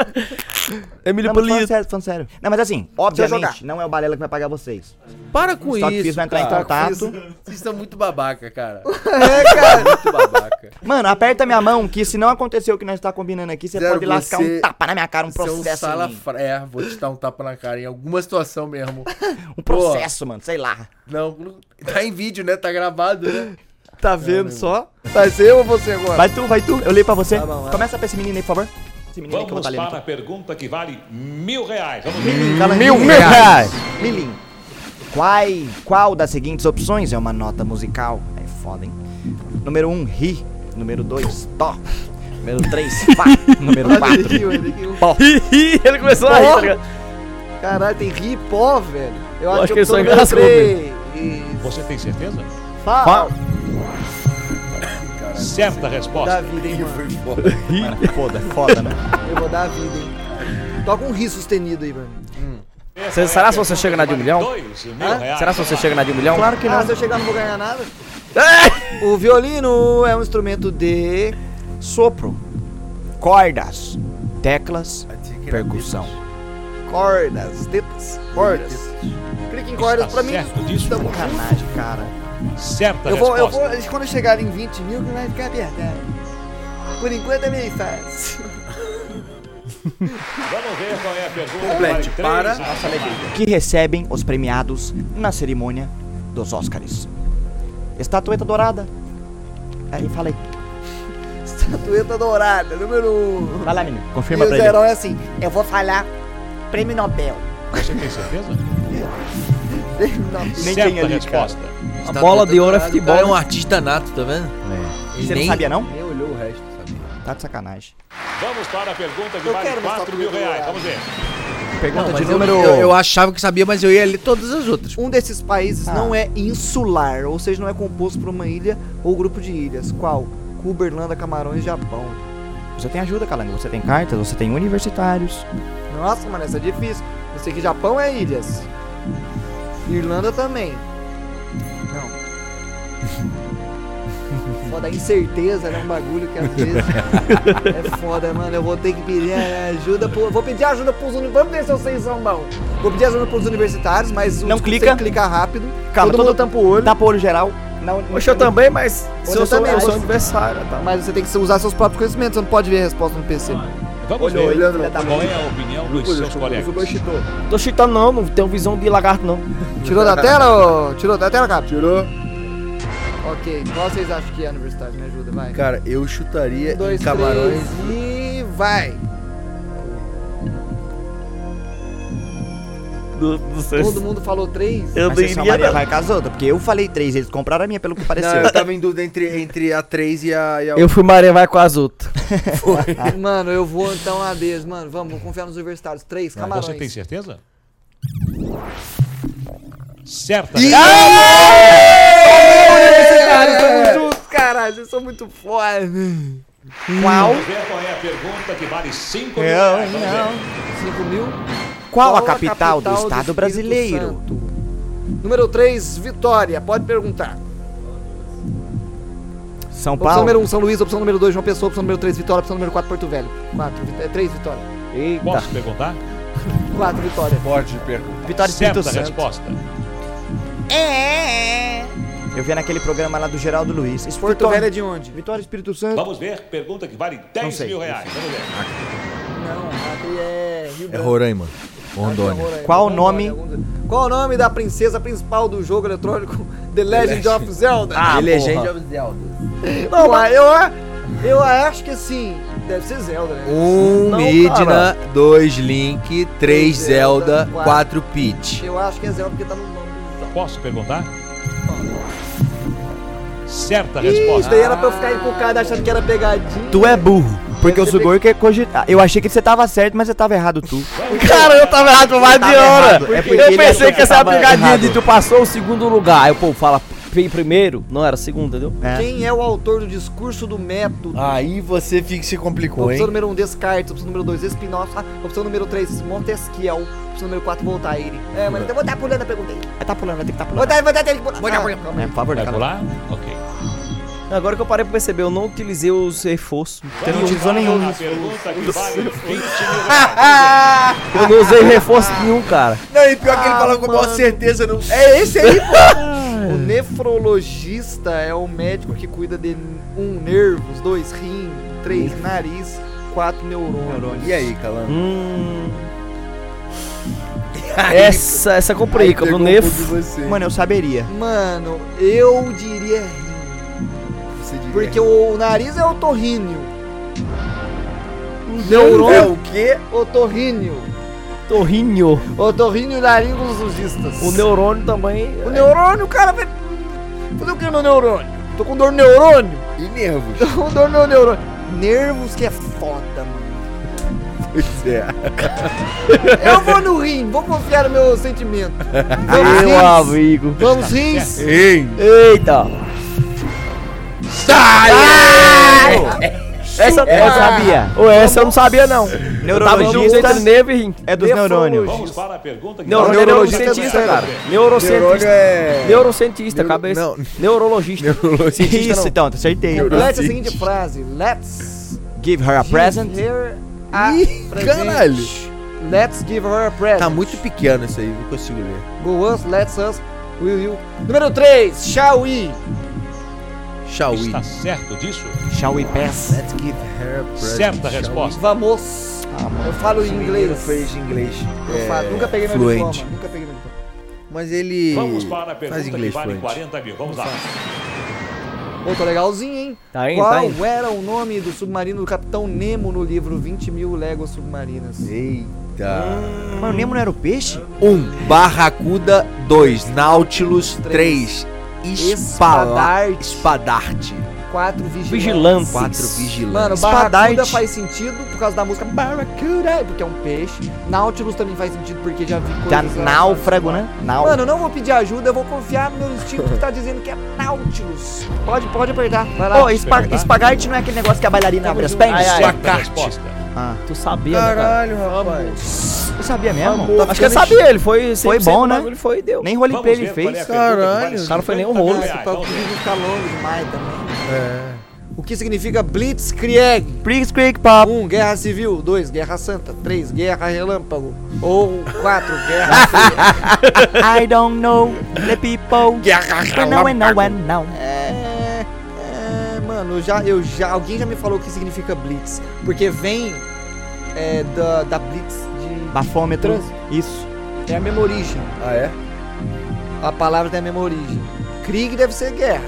S4: Emílio
S1: Não, mas falando
S4: Polito.
S1: sério, falando sério. Não, mas assim, obviamente, não é o Balela que vai pagar vocês.
S3: Para com
S1: Só que
S3: isso.
S1: fiz vai entrar em
S3: cara.
S1: contato.
S3: Vocês são muito babaca, cara.
S2: É, cara.
S3: Muito babaca.
S1: Mano, aperta minha mão, que se não acontecer o que nós tá combinando aqui, você
S3: Zero,
S1: pode lascar
S3: você-
S1: um tapa na minha cara, um
S3: Você é um
S1: processo. em
S3: sala
S1: mim.
S3: fra- É, vou te dar um tapa na cara em alguma situação mesmo.
S1: Um processo, mano, sei lá.
S3: Não, não- tá em vídeo, né? Tá gravado, né?
S2: Tá vendo só? Vai ser eu ou você agora?
S1: Vai tu, vai tu, eu leio pra você.
S2: Tá bom, vai.
S1: Começa pra esse menino aí, por favor. Esse
S2: é
S1: menino aí que eu vou
S5: Vamos
S1: estar lendo.
S5: para a pergunta que vale mil reais. Vamos ver.
S1: Cala aí.
S3: Mil reais.
S1: Milim. Quai, qual das seguintes opções é uma nota musical? É foda, hein? Número 1, um, Ri. Número 2, Tó. Número 3, Fá. Número 4,
S4: Ih, ele começou a rir, tá ligado?
S2: Caralho, tem ri e pó, velho. Eu
S4: acho que ele
S2: tô
S4: só
S2: no
S4: engasgou
S2: três. E...
S5: Você tem certeza?
S2: Fala,
S5: Certa resposta.
S2: da vida, hein, mano.
S1: foda, foda, né?
S2: Eu vou dar a vida, hein. Toca um ri sustenido aí, mano.
S5: é
S4: Cê- será se você chega na de um milhão?
S5: Dois mil
S2: Hã?
S5: reais.
S4: Será que você chega na de um milhão?
S2: Claro que não. Ah, se eu chegar não vou ganhar nada. O violino é um instrumento de...
S1: Sopro. Cordas. Teclas. Percussão.
S2: Cordas, tetas, cordas. Clique em cordas pra mim.
S5: Tá certo disso?
S2: Tamo
S1: Sacanagem, cara.
S5: Certa
S2: Eu vou,
S5: resposta.
S2: eu vou, quando eu chegar em 20 mil, que vai ficar apertado. Por enquanto é meio fácil.
S5: Vamos ver qual é a pergunta.
S3: Complete,
S5: que vale
S3: para.
S5: três. Nossa alegria.
S1: que recebem os premiados na cerimônia dos Oscars. Estatueta dourada. Aí falei,
S2: Estatueta tá dourada, número 1.
S1: vai lá, menino,
S2: E
S1: confirma
S2: o
S1: pra ele.
S2: Zerão é assim, eu vou falhar prêmio Nobel.
S5: Você tem certeza?
S2: Prêmio Nobel.
S1: Nem
S5: Certa
S1: tem ali,
S5: resposta.
S3: Tá
S4: bola
S3: todo
S4: de ouro é
S3: errado.
S4: futebol,
S3: O cara é
S4: né?
S3: um artista nato, tá vendo? Ele
S1: Você
S3: nem-
S1: não sabia, não?
S3: Nem olhou o resto, sabia?
S1: Tá de sacanagem.
S5: Vamos para a pergunta que
S2: Eu
S5: vale
S2: quero mostrar
S5: 4
S2: pro
S5: mil
S2: meu
S5: reais.
S2: lado.
S5: Vamos ver.
S1: Pergunta
S3: Não,
S1: de
S3: mas eu,
S1: número...
S3: eu, eu achava que sabia, mas eu ia ler todas as outras.
S2: Um desses países
S1: Ah.
S2: não é insular, ou seja, não é composto por uma ilha ou grupo de ilhas. Qual? Cuba, Irlanda, Camarões, Japão.
S1: Você tem ajuda, Calango. Você tem cartas, você tem universitários.
S2: Nossa, mano, essa é difícil. Eu sei que Japão é ilhas. Irlanda também. Não. Foda, a incerteza né, é um bagulho que às vezes é foda, mano. Eu vou ter que pedir eh, ajuda. Pro... Vou pedir ajuda pros universitários. Vamos ver se eu sei são bom. Vou pedir ajuda pros universitários, mas os
S1: Não
S2: que
S1: clica.
S2: tem que clicar rápido.
S1: Calma,
S2: todo,
S1: todo-
S2: mundo tampa o olho.
S1: Tapa o olho geral. Não,
S4: Poxa, eu também, mas se eu
S2: Você
S4: sou
S2: também,
S4: eu sou
S2: mas-
S4: aniversário, tá?
S2: Mas você tem que usar seus próprios conhecimentos. Você não pode ver a resposta no PC.
S5: Vamos
S2: Olhou,
S5: ver
S2: olhando,
S5: qual é a opinião dos seus colegas.
S4: Tô chitando não, não tenho visão de lagarto não.
S2: Tirou da tela, ô? Tirou da tela, cara?
S3: Tirou?
S2: Ok, qual vocês acham que é a universidade? Me ajuda, vai.
S3: Cara, eu chutaria
S2: Um, dois,
S3: em Camarões.
S2: três e vai.
S4: Não, não sei
S2: Todo
S4: se...
S2: mundo falou três.
S1: Mas
S4: Eu não
S1: vocês são Maria
S4: iria não.
S1: vai com as outras, porque eu falei três, eles compraram a minha pelo que
S3: Não,
S1: pareceu.
S3: eu tava em dúvida entre, entre a 3 e a, e a
S4: Eu fui Maria vai com as outras.
S2: Mano, eu vou então a Deus, mano. Vamos, vou confiar nos universitários. Três, camarões.
S5: Você tem certeza? Certa
S2: Juntos, É, caralho, vocês são muito foda.
S1: Qual,
S5: Vamos ver qual é a pergunta que vale 5 mil reais. Vamos ver.
S2: Cinco mil.
S1: qual a capital do estado
S2: Espírito
S1: brasileiro?
S2: Santo? Número 3, Vitória. Pode perguntar.
S1: São
S2: Opção número
S1: Paulo.
S2: 1, um, São Luís. Opção número 2, João Pessoa. Opção número 3, Vitória. Opção número 4, Porto Velho. 4, 3, Vitória.
S5: Posso perguntar?
S2: 4, Vitória.
S3: Pode perguntar.
S1: Vitória do
S5: Certa
S1: Espírito Santo.
S5: resposta.
S1: Eu via naquele programa lá do Geraldo Luiz.
S2: Porto
S1: Esfortão.
S2: Velho é de onde?
S1: Vitória Espírito Santo.
S5: Vamos ver, pergunta que vale 10
S1: sei,
S5: mil
S1: não
S5: reais. Vamos ver.
S2: Não, aqui é Rio
S3: É
S2: Branco.
S3: Roraima. Rondônia.
S2: Roraima.
S1: Qual o nome-
S2: algum- Qual o nome da princesa principal do jogo eletrônico The Legend of Zelda?
S1: Ah,
S3: The Legend
S1: porra.
S3: of Zelda.
S2: não, mas eu, a- eu acho que assim, deve ser Zelda, né?
S3: Um
S1: Não,
S3: Midna,
S1: né?
S3: dois Link, três Zelda,
S2: Zelda,
S3: quatro Peach.
S2: Eu acho que é Zelda porque tá no nome do jogo.
S5: Posso perguntar? Certa
S2: Ih, Isso daí
S5: resposta.
S2: era pra eu ficar encucado achando que era pegadinha.
S1: Tu é burro. Porque o Sugoi quer cogitar. Eu achei que você tava certo, mas você tava errado, tu.
S4: Cara, eu tava errado por mais de
S1: Tava errado.
S4: hora.
S1: É porque
S4: eu
S1: ele
S4: pensei
S1: achou
S4: que essa era a
S1: tava
S4: pegadinha
S1: errado.
S4: de tu passou o segundo lugar. Aí o povo fala "Fui primeiro, não era segundo, entendeu?
S1: É.
S2: Quem é o autor do discurso do método?
S3: Aí você fica, se complicou,
S2: opção número 1, um, Descartes. Opção número 2, Spinoza. Ah, opção número 3, Montesquiel. Opção número 4, Voltaire. É, mas eu vou estar pulando a pergunta aí.
S1: Ah, Tá pulando, vai ter que tá pulando.
S2: Voltaire, Voltaire, tem que pular.
S3: Voltaire,
S2: Ah,
S3: Voltaire.
S2: calma aí.
S1: É, por favor,
S5: Vai
S1: cara.
S5: pular? Ok.
S4: Agora que eu parei pra perceber, eu não utilizei os reforços.
S1: Você não utilizou
S5: Vamos
S1: nenhum.
S5: à Pergunta que vale 20 mil reais.
S4: Eu não usei reforço nenhum, cara.
S3: Não, e pior que ele falava com a maior certeza. Não... É esse aí, pô.
S2: O nefrologista é o médico que cuida de um nervos, dois rim, três nariz, quatro neurônios.
S3: E aí, Calando?
S4: Hum. Essa, essa é eu comprei, que eu
S3: Pegou
S4: no
S3: um
S4: Nefo.
S3: pouco de Você.
S1: Mano, eu saberia.
S2: Mano, eu diria rim.
S3: Você diria.
S2: Porque o nariz é otorríneo.
S3: É
S2: Neurônio
S3: o quê?
S2: otorríneo.
S4: Torrinho.
S2: Otorríneo laringologistas.
S4: O neurônio também.
S2: O neurônio, cara, vai fazer o que no meu neurônio? Tô com dor no neurônio.
S3: E nervos.
S2: Tô com dor no meu neurônio. Nervos que é foda, mano.
S3: Pois é.
S2: Eu vou no rim, vou confiar no meu sentimento.
S3: Ah,
S2: Vamos
S4: Meu
S2: rins.
S4: amigo.
S2: Vamos rins.
S3: Ei!
S4: Eita. Essa,
S1: É, eu
S4: essa,
S1: sabia.
S4: ou essa eu não sabia, não. Eu tava junto
S1: Neurologista
S4: entre Neve e Rim.
S1: é dos neurônios.
S5: Vamos para a pergunta que
S4: Neuro-
S5: vale
S4: neurologista,
S2: neurologista é do
S4: cara.
S5: cérebro.
S3: Neurônio
S4: Neurocientista.
S3: é.
S4: Neurocientista,
S3: Neuro-
S4: cabeça.
S3: não.
S4: Neurologista.
S3: Neurologista.
S1: Isso,
S3: não.
S1: então, acertei.
S2: Complete a seguinte frase. Let's
S1: Give her a present.
S2: give her a
S3: Ih,
S2: present.
S3: caralho.
S2: Let's give her a present.
S3: Tá muito pequeno isso aí, não consigo ler.
S2: Go us, let's us, will you. Número 3, shall we?
S3: Shall
S5: Está certo disso?
S1: Shall we pass?
S3: Let's give her a present.
S5: Certa
S3: Shall
S5: resposta.
S2: Vamos. eu falo
S3: we?
S2: em
S3: Esse
S2: inglês.
S3: menino fez inglês.
S2: Eu falo,
S3: é,
S2: nunca peguei meu
S3: fluente.
S2: diploma. Nunca peguei meu diploma.
S3: Mas ele.
S5: Vamos para a pergunta
S3: faz inglês
S5: que vale
S3: fluente.
S5: 40 mil. Vamos lá.
S2: Pô, tô legalzinho, hein?
S4: Tá indo,
S2: Qual
S4: tá indo.
S2: era o nome do submarino do Capitão Nemo no livro 20 mil léguas submarinas?
S3: Eita.
S1: Mas o Nemo não era o peixe?
S3: 1. Um, Barracuda 2. Nautilus 3.
S2: Espadarte.
S3: Espadarte.
S2: Quatro vigilantes.
S4: Vigilante.
S3: 4. Vigilante.
S2: Mano,
S1: Espadarte.
S2: Barracuda faz sentido por causa da música Barracuda, porque é um peixe. Nautilus também faz sentido porque já vi
S1: Da
S2: coisas...
S1: náufrago, né? Náufrago.
S2: Mano, eu não vou pedir ajuda, eu vou confiar no meu instinto que tá dizendo que é Nautilus. Pode, pode apertar. Vai lá.
S1: Ô, espa espagarte não é aquele negócio que a bailarina abre as pernas?
S4: Ai, ai.
S5: Certa
S3: Abacate.
S5: resposta.
S1: Ah,
S4: Tu sabia, né, cara? É,
S3: Caralho, rapaz.
S1: eu sabia mesmo.
S3: Amor.
S4: Acho que ele sabia, ele foi.
S1: Foi
S4: 100%
S1: bom, né?
S4: do bagulho, Foi e deu.
S1: Nem
S5: Vamos
S1: roleplay
S5: ver
S1: ele
S5: qual é a
S1: fez.
S5: pergunta que vale
S3: Caralho.
S4: O cara foi nem um
S5: 50 mil
S4: rolo.
S5: reais.
S2: Esse papo
S5: Vamos ver.
S2: de ficar longe tá demais também.
S3: É.
S2: O que significa Blitzkrieg?
S1: Briggs Creek Pop.
S2: 1. Guerra Civil. 2. Guerra Santa. 3. Guerra Relâmpago. Ou 4. Guerra Fria.
S1: I don't know the people. I know, I know, I know.
S2: É, é, mano, eu já, eu já, alguém já me falou o que significa Blitz. Porque vem é, da, da Blitz de...
S1: Bafômetro.
S2: Trânsito.
S1: Isso.
S2: É a mesma origem.
S3: Ah, é?
S2: A palavra tem a mesma origem. Krieg deve ser guerra.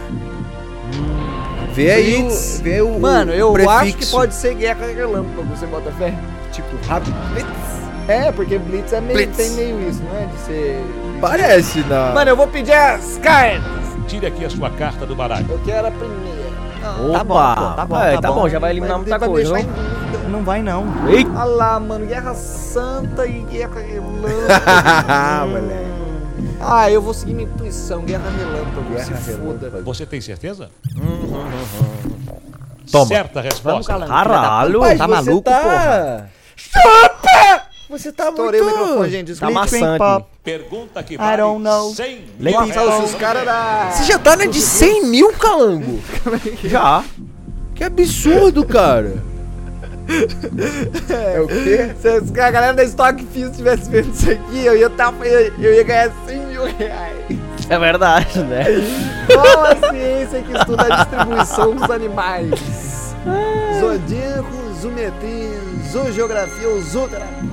S3: Hum. Vê aí.
S2: Blitz.
S3: O, vê o.
S2: Mano, eu
S3: o
S2: acho que
S3: prefixo.
S2: pode ser guerra relâmpago, você bota fé? Tipo, rápido. Blitz. É, porque Blitz é meio,
S3: Blitz.
S2: tem meio isso, não é? De ser...
S3: Parece na.
S2: Mano, eu vou pedir as cartas.
S5: Tire aqui a sua carta do baralho.
S2: Eu quero a primeira.
S4: Opa,
S1: Tá bom, pô, tá bom,
S4: é,
S1: tá
S4: tá
S1: bom.
S4: bom, já vai eliminar muita
S2: vai
S4: coisa.
S2: deixar
S4: não?
S2: em dúvida.
S1: Não vai não.
S4: Eita,
S2: Olha lá, mano, Guerra Santa e Guerra Relâmpago. Hum. ah, eu vou seguir minha intuição, Guerra Relâmpago,
S3: Guerra
S2: se foda.
S3: relâmpago.
S5: Você tem certeza?
S3: Toma.
S5: Certa resposta.
S1: Vamos, Calango.
S4: caralho.
S3: Mas
S4: Tá
S3: você
S4: maluco,
S3: tá...
S4: porra?
S3: Você tá
S2: Estourei o microfone,
S3: muito...
S2: gente,
S4: Tá
S2: desculpa.
S1: Creek
S4: maçante.
S1: Pop.
S5: Pergunta que
S1: I
S5: vale
S1: don't know.
S5: 100 mil
S1: Lady
S5: reais.
S1: Gaga.
S5: Vamos
S2: Os
S5: ver.
S2: caras da...
S3: Você já tá na de 100 mil, calango.
S4: Já.
S3: Que absurdo, cara. É o quê?
S2: Se os- a galera da Stock Fist tivesse vendo isso aqui, eu ia, tá, eu, eu ia ganhar 100 mil reais.
S4: É verdade, né?
S2: Qual a ciência que estuda a distribuição dos animais? Zodíaco, zoometria, zoogeografia ou zooterapia?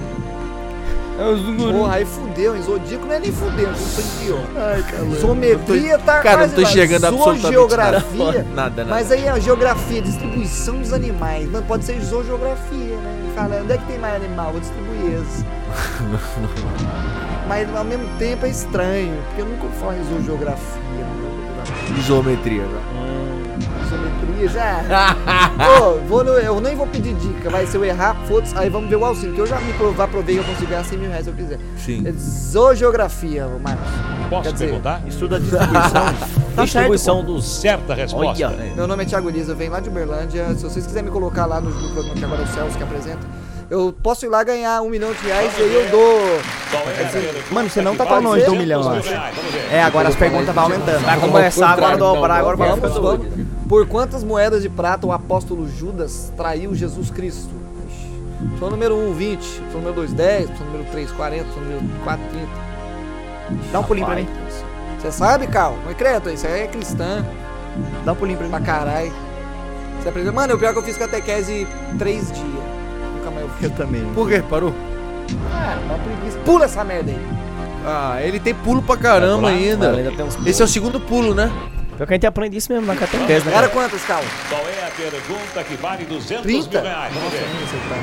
S4: É os gurus.
S2: Porra, aí fudeu, hein? Zodíaco não é nem fudeu, isso aqui, ó. Zoometria tá
S3: Cara, eu não
S2: quase
S3: tô
S2: lá.
S3: enxergando absolutamente nada.
S2: Zoogeografia,
S3: Nada, nada.
S2: Mas aí a geografia, distribuição dos animais. Mano, pode ser zoogeografia, né? Ele Fala, onde é que tem mais animal? Vou distribuir esse. mas ao mesmo tempo é estranho, porque eu nunca falo em zoogeografia. né?
S3: Isometria, né? velho.
S2: Zoometria já. é. Pô, vou no- eu nem vou pedir dica, vai. Se eu errar, foda-se, aí vamos ver o auxílio, que eu já me provar, provei que eu consigo ganhar 100 mil reais se eu quiser. É
S3: Sim.
S2: zoogeografia, ô Marcos. Quer
S5: Posso
S2: dizer,
S5: perguntar?
S1: Estuda a distribuição. tá certo, pô.
S5: Distribuição do certa resposta.
S4: Olha, né?
S2: Meu nome é Thiago Liza, eu venho lá de Uberlândia. Se vocês quiserem me colocar lá no, no programa que agora é o Celso que apresenta, eu posso ir lá ganhar um milhão de reais e aí eu dou.
S5: Qual é a garantia?
S1: Mano, você não tá tão longe do um milhão, eu acho.
S5: Reais, vamos ver.
S1: É, agora as perguntas vão aumentando.
S4: Vai começar agora a dobrar, agora vai ficar
S2: Vamos,
S4: doido.
S2: vamos. Por quantas moedas de prata o apóstolo Judas traiu Jesus Cristo? Ixi. Opção número 1, 20. Opção número 2, 10. Opção número 3, 40. Opção número 4, 30.
S1: Dá um pulinho pra mim.
S2: Você sabe, Cal? Não é crente, isso aí é cristã
S1: Dá um pulinho pra mim.
S2: pra caralho. Você aprendeu? Mano, o pior é que eu fiz catequese 3 dias. Nunca mais eu fiz.
S1: Eu também.
S3: Por quê? Parou?
S2: Ah, uma preguiça. Pula essa merda aí.
S3: Ah, ele tem pulo pra caramba
S5: Vai pular?
S3: ainda.
S4: Ainda tem uns
S3: Esse é o segundo pulo, né?
S4: Pior que a gente aprende isso mesmo na catequese, né?
S2: Era
S4: Cara?
S2: quantas, Cal?
S5: Qual é a pergunta que vale 200
S2: 30?
S5: mil reais? Vamos ver.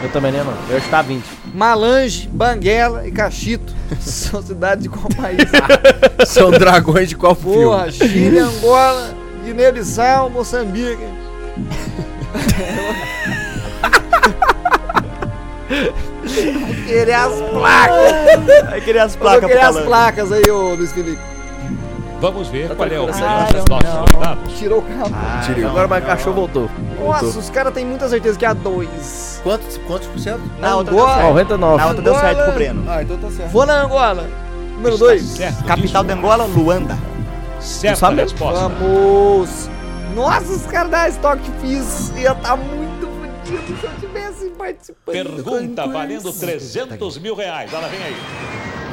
S4: Eu também, né, mano? Eu acho que tá 20.
S2: Malange, Banguela e Caxito são cidades de qual país?
S3: São dragões de qual filme?
S2: Porra, Chile, Angola, Guiné-Bissau, Moçambique. Vai querer as placas.
S1: Aí queria as
S2: Eu vou
S1: placas
S2: querer
S1: pra
S2: as
S1: falar.
S2: placas aí, ô Luiz Felipe.
S5: Vamos ver
S1: Tá
S5: qual é a opinião
S2: Ah,
S5: dos
S2: não,
S5: nossos convidados.
S2: não. Tirou o carro.
S1: Ah,
S3: Tirei.
S4: Agora mas o cachorro voltou.
S2: Nossa, os caras têm muita certeza que é a 2.
S3: Quantos, quantos por cento?
S1: Na outra deu
S2: Angola.
S1: certo.
S4: 99.
S1: Na outra deu certo pro Breno.
S3: Ah, então tá certo.
S2: Vou na Angola. Número 2.
S5: Certo,
S1: Capital da
S5: disso,
S1: Angola, Luanda.
S5: certa
S4: sabe?
S5: resposta.
S2: Vamos! Nossa, os caras da Stock Fiz ia tá muito fodido se eu tivesse participando.
S5: Pergunta
S2: do
S5: valendo
S2: concurso.
S5: 300 mil reais. Ela vem aí.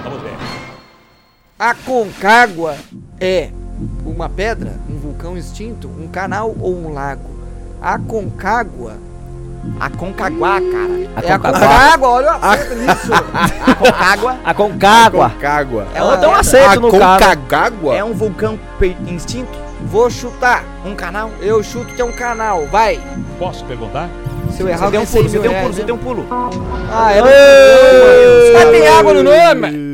S5: Vamos ver.
S2: A Concagua é uma pedra, um vulcão extinto, um canal ou um lago? A Concagua
S1: A Concaguá, cara.
S2: é a
S4: Aconcagua.
S2: Concagua, olha o acento nisso.
S1: A Então Concagua
S4: A Concagua.
S3: Concagua.
S2: É
S4: Ela
S2: uma
S4: tem um
S2: merda.
S4: aceito no cara.
S3: Concagua?
S1: é um vulcão pe- extinto?
S2: Vou chutar.
S1: Um canal?
S2: Eu chuto que é um canal, vai.
S5: Posso perguntar?
S2: Se eu errar,
S1: Você deu um pulo,
S2: eu ganho cem
S1: você
S2: mil
S1: deu um
S2: reais,
S1: pulo, você
S2: né?
S1: deu um pulo.
S2: Ah, é. um- Mas tem água no nome?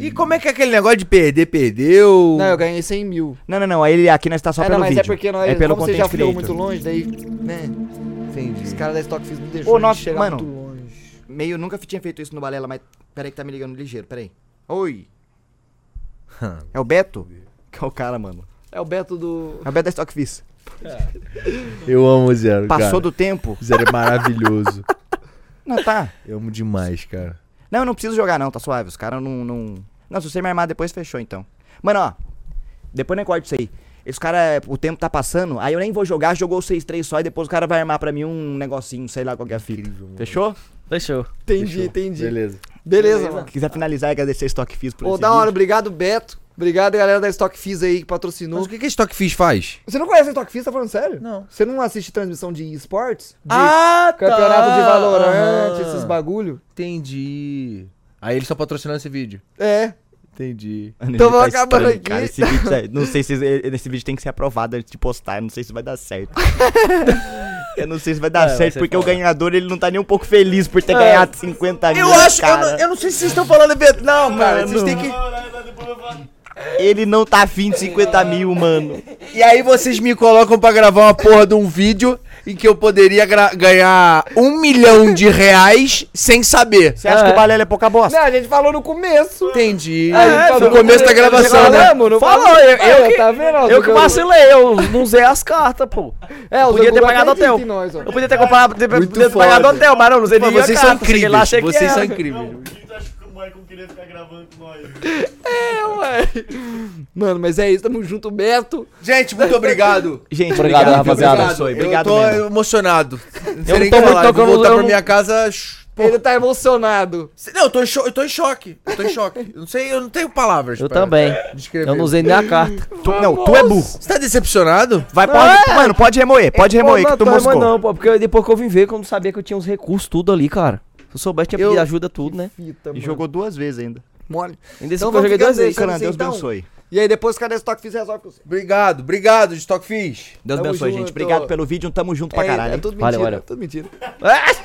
S3: E como é que é aquele negócio de perder, perdeu?
S2: Não, eu ganhei 100 mil.
S1: Não, não, não. Ele aqui nós tá só
S2: é,
S1: pelo
S2: não, mas
S1: vídeo.
S2: é porque nós,
S1: é pelo
S2: como você
S1: content
S2: já ficou muito
S1: creator.
S2: longe, daí, né? Os
S3: entendi.
S2: caras da Stock Fiz me deixou
S1: Ô, nossa,
S2: chegar
S1: mano.
S2: muito longe.
S1: Meio nunca tinha feito isso no Balela, mas peraí que tá me ligando ligeiro, peraí. Oi. É o Beto? Que é o cara, mano.
S2: É o Beto do...
S1: É o Beto da Stockfish.
S3: Eu amo o Zero, cara.
S1: Passou do tempo?
S3: Zero é maravilhoso.
S1: Não, tá.
S3: Eu amo demais, cara.
S1: Não, eu não preciso jogar não, tá suave. Os caras não, não... Não, se você me armar depois, fechou então. Mano, ó. Depois não corta isso aí. Esse cara, o tempo tá passando, aí eu nem vou jogar, jogou 6-3 só e depois o cara vai armar pra mim um negocinho, sei lá qual que é a fita.
S3: Incrível, mano.
S1: Fechou?
S4: Fechou.
S2: Entendi,
S3: Fechou.
S2: entendi. Beleza,
S3: Beleza.
S2: mano.
S1: Se quiser finalizar e agradecer a Stockfish por
S2: Ô,
S1: esse
S2: da
S1: vídeo.
S2: hora, obrigado, Beto. Obrigado, galera da Stock Fiz aí, que patrocinou.
S3: Mas o que que a Stockfish faz?
S2: Você não conhece a Stock Fiz, tá falando sério?
S3: Não.
S2: Você não tá! assiste transmissão de esportes? De
S3: Ah,
S2: campeonato de Valorant,
S3: Aham.
S2: esses bagulho?
S3: Entendi. Aí eles estão patrocinando esse vídeo.
S2: É.
S3: Entendi.
S1: Mano,
S2: Então
S1: ele
S2: vamos acabando
S1: estranho, Cara,
S2: aqui.
S1: esse vídeo, tá- não sei se esse esse vídeo tem que ser aprovado antes de postar. eu Não sei se vai dar certo. eu não sei se vai
S4: É,
S1: dar
S4: vai
S1: certo,
S4: ser
S1: porque o
S4: foda.
S1: ganhador ele não tá nem um pouco feliz por ter
S2: É.
S1: ganhado 50 mil.
S3: Eu acho, eu
S1: cara.
S3: não, eu não sei se vocês estão falando evento. Não, cara, vocês têm que.
S1: Ele não tá afim de
S2: Ah.
S1: 50 mil, mano.
S3: E aí vocês me colocam pra gravar uma porra de um vídeo em que eu poderia gra- ganhar um milhão de reais sem saber.
S1: Você acha
S4: Ah,
S1: que
S4: é.
S1: o Balela é pouca bosta?
S2: Não, a gente falou no começo.
S3: Entendi.
S2: Ah, é,
S3: no começo da gravação, né?
S2: Falamos, não
S4: Falou,
S2: falamos?
S4: eu- eu
S2: Ah,
S4: que-
S2: tá vendo? ó,
S4: Eu que
S2: Zuckerberg?
S4: vacilei, eu não usei as cartas, pô.
S2: É, o
S4: Podia
S2: Zuckerberg
S4: ter pagado
S2: acredita
S4: hotel.
S2: em nós, ó.
S4: Eu podia ter comprado, podia
S3: Muito
S4: ter
S3: foda.
S4: pagado hotel, mas eu não usei
S3: Pô,
S4: nenhuma
S3: vocês são
S4: carta. cheguei
S3: incríveis.
S4: lá, achei que
S3: vocês
S4: era.
S3: são incríveis.
S2: Mano, mas é isso, tamo junto, Beto.
S3: Gente, muito obrigado.
S1: Gente,
S4: Obrigado,
S1: obrigado, Deus
S4: rapaziada.
S1: abençoe. Obrigado
S3: eu tô
S1: mesmo.
S3: emocionado.
S4: Eu não tô muito
S3: falar, eu vou
S4: tocando-
S3: voltar
S4: eu
S3: pra
S4: não-
S3: minha casa ch-
S2: Ele tá emocionado.
S3: Cê- Não, eu tô, em cho- eu tô em choque. Eu tô em choque. Eu não sei, eu não tenho palavras.
S4: Eu
S3: pra
S4: também.
S3: Descrever.
S4: Eu não usei nem a carta.
S1: Tu- não, tu é burro.
S3: Você tá decepcionado?
S1: Vai, pode,
S2: Ah.
S1: Mano, pode remoer, pode remoer que tu moscou.
S4: Não, pô, porque depois que eu vim ver, que eu não sabia que eu tinha os recursos tudo ali, cara. Se eu soubesse, tinha
S2: Eu-
S4: pedido ajuda tudo, né?
S2: Fita,
S1: E
S2: mano.
S1: jogou duas vezes ainda.
S2: mole.
S4: Ainda assim
S2: Então
S4: que eu
S2: vamos
S4: joguei
S2: ficar
S4: duas vezes.
S2: desse.
S1: Cara,
S2: assim,
S1: né? Deus
S2: então?
S1: abençoe.
S2: E aí depois cada estoque fiz resolve com você.
S3: Obrigado, obrigado, Stockfish.
S1: Deus
S2: Tamo
S1: abençoe,
S2: junto.
S1: gente. Obrigado pelo vídeo. Um tamo junto pra
S2: É,
S1: caralho.
S2: É
S1: hein?
S2: tudo mentira,
S4: Valeu, valeu.
S2: tudo mentira.
S4: Ah!